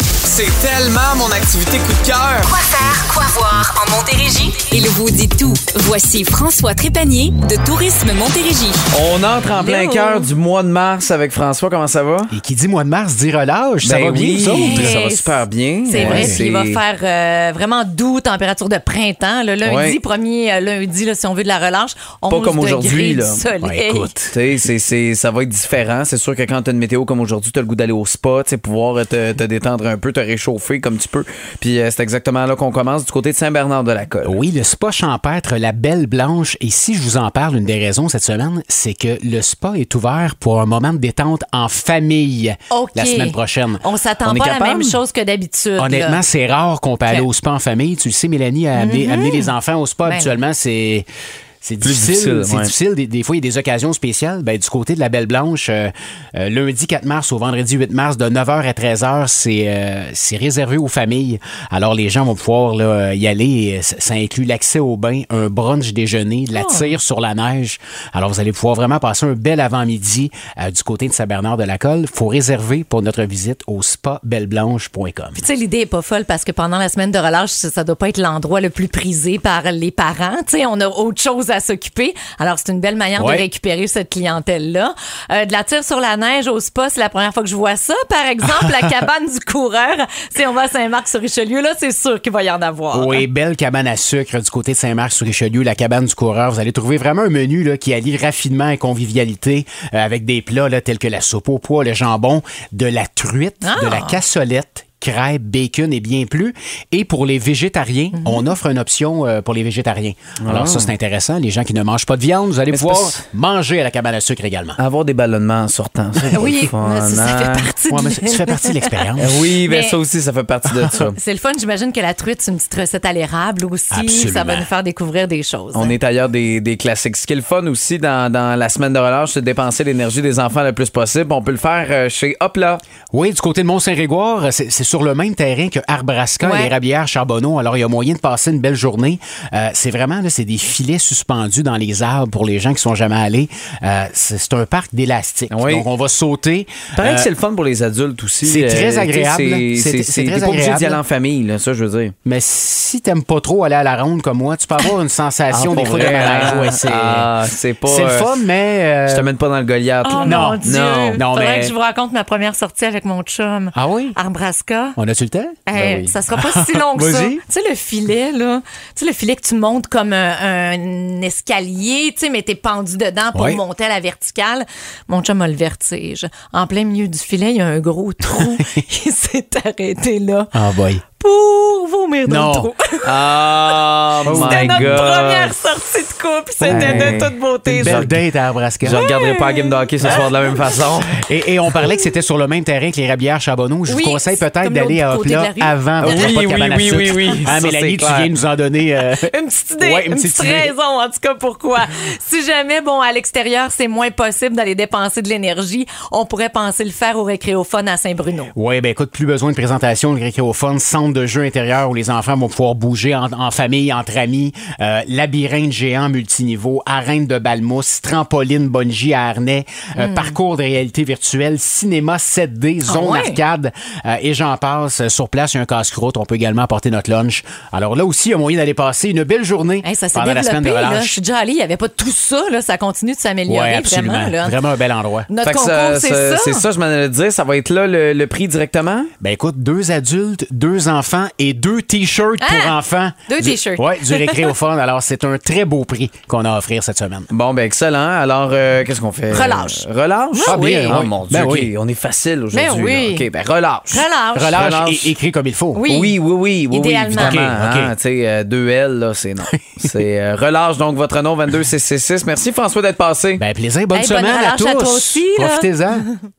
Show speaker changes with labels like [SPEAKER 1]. [SPEAKER 1] C'est tellement mon activité coup de cœur.
[SPEAKER 2] Quoi faire, quoi voir en Montérégie? Il vous dit tout. Voici François Trépanier de Tourisme Montérégie.
[SPEAKER 3] On entre en plein
[SPEAKER 2] Hello.
[SPEAKER 3] cœur du mois de mars avec François. Comment ça va?
[SPEAKER 4] Et qui dit mois de mars dit relâche. ça
[SPEAKER 3] Ben
[SPEAKER 4] va bien,
[SPEAKER 3] oui,
[SPEAKER 4] les autres?
[SPEAKER 3] Ça va super bien.
[SPEAKER 5] C'est vrai,
[SPEAKER 3] Ouais,
[SPEAKER 5] puis il va faire euh, vraiment doux, température de printemps. Le lundi,
[SPEAKER 3] Ouais.
[SPEAKER 5] premier euh, lundi, là, si on veut de la relâche, 11
[SPEAKER 3] Pas comme
[SPEAKER 5] degrés
[SPEAKER 3] aujourd'hui,
[SPEAKER 5] du
[SPEAKER 3] là.
[SPEAKER 5] soleil.
[SPEAKER 4] Ouais, écoute.
[SPEAKER 3] Tu sais, c'est- c'est- ça va être différent. C'est sûr que quand t'as une météo comme aujourd'hui, t'as le goût d'aller au spa, tu sais, pouvoir te, te détendre un peu, te réchauffer comme tu peux. Puis euh, c'est exactement là qu'on commence du côté de Saint-Bernard-de-la-Colle.
[SPEAKER 4] Oui, le spa champêtre, la Belle Blanche. Et si je vous en parle, une des raisons cette semaine, c'est que le spa est ouvert pour un moment de détente en famille
[SPEAKER 5] OK.
[SPEAKER 4] la semaine prochaine.
[SPEAKER 5] On s'attend
[SPEAKER 3] On est
[SPEAKER 5] pas à la
[SPEAKER 3] capable?
[SPEAKER 5] même chose que d'habitude.
[SPEAKER 4] Honnêtement,
[SPEAKER 5] là.
[SPEAKER 4] c'est rare qu'on peut aller
[SPEAKER 5] Ok. Mhm.
[SPEAKER 4] au spa en famille. Tu le sais, Mélanie, à amener, amener les enfants au spa,
[SPEAKER 5] Ben.
[SPEAKER 4] habituellement, c'est. C'est
[SPEAKER 3] Plus
[SPEAKER 4] difficile.
[SPEAKER 3] difficile,
[SPEAKER 4] c'est
[SPEAKER 3] ouais.
[SPEAKER 4] difficile. Des, des fois, il y a des occasions spéciales. Ben, du côté de la Belle Blanche, euh, euh, lundi 4 mars au vendredi 8 mars, de 9h à 13h, c'est euh, c'est réservé aux familles. Alors, les gens vont pouvoir là, y aller. Et Ça, ça inclut l'accès au bain, un brunch déjeuner,
[SPEAKER 5] Oh.
[SPEAKER 4] de la tire sur la neige. Alors, vous allez pouvoir vraiment passer un bel avant-midi euh, du côté de Saint-Bernard-de-la-Colle. faut réserver pour notre visite au spabelleblanche.com.
[SPEAKER 5] Tu sais, l'idée est pas folle parce que pendant la semaine de relâche, ça, ça doit pas être l'endroit le plus prisé par les parents. Tu sais, on a autre chose à s'occuper. Alors, c'est une belle manière
[SPEAKER 4] Ouais.
[SPEAKER 5] de récupérer cette clientèle-là. Euh, de la tire sur la neige au spa, c'est la première fois que je vois ça. Par exemple, la cabane du coureur. Si on va à Saint-Marc-sur-Richelieu, là, c'est sûr qu'il va y en
[SPEAKER 3] Ah,
[SPEAKER 5] avoir.
[SPEAKER 3] hein?
[SPEAKER 4] Oui, belle cabane à sucre du côté de Saint-Marc-sur-Richelieu, la cabane du coureur. Vous allez trouver vraiment un menu là, qui allie raffinement et convivialité euh, avec des plats là, tels que la soupe au pois, le jambon, de la truite,
[SPEAKER 3] Ah!
[SPEAKER 4] de la cassolette crêpes, bacon et bien plus. Et pour les végétariens,
[SPEAKER 3] Mhm.
[SPEAKER 4] on offre une option euh, pour les végétariens. Alors ça, c'est intéressant. Les gens qui ne mangent pas de viande, vous allez
[SPEAKER 3] Ah. Mais c'est
[SPEAKER 4] pouvoir
[SPEAKER 3] pas-
[SPEAKER 4] manger à la cabane à sucre également.
[SPEAKER 3] Avoir des ballonnements en sortant. ça, c'est
[SPEAKER 5] Oui,
[SPEAKER 3] le fun,
[SPEAKER 5] mais ça, ça fait
[SPEAKER 3] hein?
[SPEAKER 5] partie
[SPEAKER 4] Ouais,
[SPEAKER 5] de
[SPEAKER 4] mais ça, ça fait partie de l'expérience.
[SPEAKER 3] Euh, Oui, ben
[SPEAKER 5] Mais-
[SPEAKER 3] ça aussi, ça fait partie de ça.
[SPEAKER 5] C'est le fun, j'imagine que la truite, c'est une petite recette à l'érable aussi.
[SPEAKER 4] Absolument.
[SPEAKER 5] Ça va nous faire découvrir des choses. hein?
[SPEAKER 3] On est ailleurs des, des classiques. Ce qui est le fun aussi dans, dans la semaine de relâche, c'est de dépenser l'énergie des enfants le plus possible. On peut le faire euh, chez Hopla.
[SPEAKER 4] Oui, du côté de Mont-Saint-Grégoire, c'est c'est sur le même terrain que Arbrasca
[SPEAKER 5] Ouais.
[SPEAKER 4] et les Rabières Charbonneau. Alors, il y a moyen de passer une belle journée. Euh, c'est vraiment, là, c'est des filets suspendus dans les arbres pour les gens qui sont jamais allés. Euh, c'est c'est un parc d'élastique.
[SPEAKER 3] Oui.
[SPEAKER 4] Donc, on va sauter.
[SPEAKER 3] Pareil que
[SPEAKER 4] Euh,
[SPEAKER 3] c'est le fun pour les adultes aussi. euh,
[SPEAKER 4] c'est très
[SPEAKER 3] tu sais,
[SPEAKER 4] agréable.
[SPEAKER 3] c'est-
[SPEAKER 4] C'est-
[SPEAKER 3] C'est
[SPEAKER 4] c'est
[SPEAKER 3] c'est-
[SPEAKER 4] très
[SPEAKER 3] t'es pas obligé
[SPEAKER 4] agréable.
[SPEAKER 3] d'y aller en famille, là, ça, je veux dire.
[SPEAKER 4] mais si t'aimes pas trop aller à la ronde comme moi, tu peux avoir une sensation
[SPEAKER 3] Ah,
[SPEAKER 4] des
[SPEAKER 3] pour
[SPEAKER 4] fois de
[SPEAKER 3] vrai,
[SPEAKER 4] malaise.
[SPEAKER 3] hein?
[SPEAKER 4] Ouais, c'est
[SPEAKER 3] Ah, c'est pas,
[SPEAKER 4] c'est le
[SPEAKER 3] euh,
[SPEAKER 4] fun, mais euh,
[SPEAKER 3] Je te mène pas dans le Goliath.
[SPEAKER 5] Oh
[SPEAKER 3] là.
[SPEAKER 4] Non,
[SPEAKER 5] mon Dieu!
[SPEAKER 4] non, non,
[SPEAKER 5] Faudrait
[SPEAKER 4] mais-
[SPEAKER 5] que je vous raconte ma première sortie avec mon chum.
[SPEAKER 4] Ah oui?
[SPEAKER 5] Arbraska.
[SPEAKER 4] on a-tu le temps?
[SPEAKER 5] Hey,
[SPEAKER 4] Ben oui.
[SPEAKER 5] Ça sera pas si long que ça.
[SPEAKER 4] Vas-y.
[SPEAKER 5] Tu sais, le filet, là. Tu sais, le filet que tu montes comme un, un escalier, tu sais, mais t'es pendu dedans pour
[SPEAKER 4] Ouais.
[SPEAKER 5] monter à la verticale. Mon chum a le vertige. En plein milieu du filet, il y a un gros trou. il s'est arrêté là
[SPEAKER 4] Ah boy.
[SPEAKER 5] pour vomir dans
[SPEAKER 4] Non.
[SPEAKER 5] le trou.
[SPEAKER 3] Ah, oh
[SPEAKER 5] C'était
[SPEAKER 3] my
[SPEAKER 5] notre
[SPEAKER 3] God.
[SPEAKER 5] première sortie de couple. C'était
[SPEAKER 3] Hey.
[SPEAKER 5] de toute beauté.
[SPEAKER 4] Une
[SPEAKER 5] Je-
[SPEAKER 4] belle date à Arbrasca.
[SPEAKER 3] Je regarderai pas la game de hockey ce soir de la même façon.
[SPEAKER 4] Et, et on parlait que c'était sur le même terrain que les rabières Charbonneau. Je
[SPEAKER 5] Oui,
[SPEAKER 4] vous conseille
[SPEAKER 5] c'est
[SPEAKER 4] peut-être
[SPEAKER 5] comme
[SPEAKER 4] d'aller à
[SPEAKER 5] l'autre côté de
[SPEAKER 4] Hopla
[SPEAKER 5] la rue.
[SPEAKER 4] avant
[SPEAKER 3] Oui,
[SPEAKER 4] votre repas de
[SPEAKER 3] oui,
[SPEAKER 4] cabane à
[SPEAKER 3] oui,
[SPEAKER 4] sucre.
[SPEAKER 3] oui, oui.
[SPEAKER 4] Ah,
[SPEAKER 3] Ça, c'est
[SPEAKER 4] Mélanie, tu
[SPEAKER 3] clair.
[SPEAKER 4] viens nous en donner. euh,
[SPEAKER 5] une petite idée,
[SPEAKER 4] Ouais,
[SPEAKER 5] une, petite, raison en tout cas pourquoi. si jamais bon à l'extérieur c'est moins possible d'aller dépenser de l'énergie, on pourrait penser le faire au récréophone à Saint-Bruno.
[SPEAKER 4] Oui, ben écoute, plus besoin de présentation. Le Grécophone, centre de jeu intérieur où les enfants vont pouvoir bouger en, en famille, entre amis, euh, labyrinthe géant multiniveau, arène de balmousse, trampoline bungee à harnais, euh,
[SPEAKER 5] Hmm.
[SPEAKER 4] parcours de réalité virtuelle, cinéma 7D, zone
[SPEAKER 5] Ah ouais.
[SPEAKER 4] arcade, euh, et j'en passe. Euh, Sur place, il y a un casse-croûte. On peut également apporter notre lunch. Alors là aussi, il y a moyen d'aller passer une belle journée
[SPEAKER 5] Hey, ça s'est
[SPEAKER 4] pendant la semaine
[SPEAKER 5] développé
[SPEAKER 4] de
[SPEAKER 5] là.
[SPEAKER 4] relâche.
[SPEAKER 5] Je suis déjà allée, il n'y avait pas tout ça là, ça continue de s'améliorer
[SPEAKER 4] Ouais, absolument.
[SPEAKER 5] vraiment là.
[SPEAKER 4] un bel endroit.
[SPEAKER 5] Notre
[SPEAKER 3] Fait que ça-
[SPEAKER 5] concours c'est ça.
[SPEAKER 3] C'est ça, je m'en allais dire. Ça va être là le, le prix directement.
[SPEAKER 4] Ben écoute, deux adultes, deux enfants et deux t-shirts pour
[SPEAKER 5] Ah!
[SPEAKER 4] enfants.
[SPEAKER 5] Deux
[SPEAKER 4] Du-
[SPEAKER 5] t-shirts.
[SPEAKER 4] Ouais, du récré au fun. Alors c'est un très beau prix qu'on a à offrir cette semaine.
[SPEAKER 3] Bon, ben excellent. Alors, euh, qu'est-ce qu'on fait?
[SPEAKER 5] Relâche.
[SPEAKER 3] Euh, Relâche?
[SPEAKER 5] Ah, oui.
[SPEAKER 3] Oh
[SPEAKER 4] oui.
[SPEAKER 3] mon Dieu,
[SPEAKER 4] Ben
[SPEAKER 3] OK,
[SPEAKER 4] oui.
[SPEAKER 3] on est facile aujourd'hui.
[SPEAKER 5] Ben oui.
[SPEAKER 3] là. OK, ben relâche.
[SPEAKER 5] Relâche.
[SPEAKER 4] Relâche,
[SPEAKER 3] Relâche.
[SPEAKER 4] et écrit comme il faut.
[SPEAKER 5] Ah, Oui.
[SPEAKER 3] Oui, oui, oui, oui, oui,
[SPEAKER 5] Idéalement.
[SPEAKER 3] évidemment.
[SPEAKER 4] OK, OK.
[SPEAKER 3] hein, tu sais, euh, deux L, là, c'est non. c'est euh, relâche, donc, votre nom, 22666. Merci, François, d'être passé.
[SPEAKER 4] Ben plaisir, bonne
[SPEAKER 5] Hey, bonne
[SPEAKER 4] semaine à
[SPEAKER 5] relâche
[SPEAKER 4] tous.
[SPEAKER 5] à toi aussi, là.
[SPEAKER 4] Profitez-en.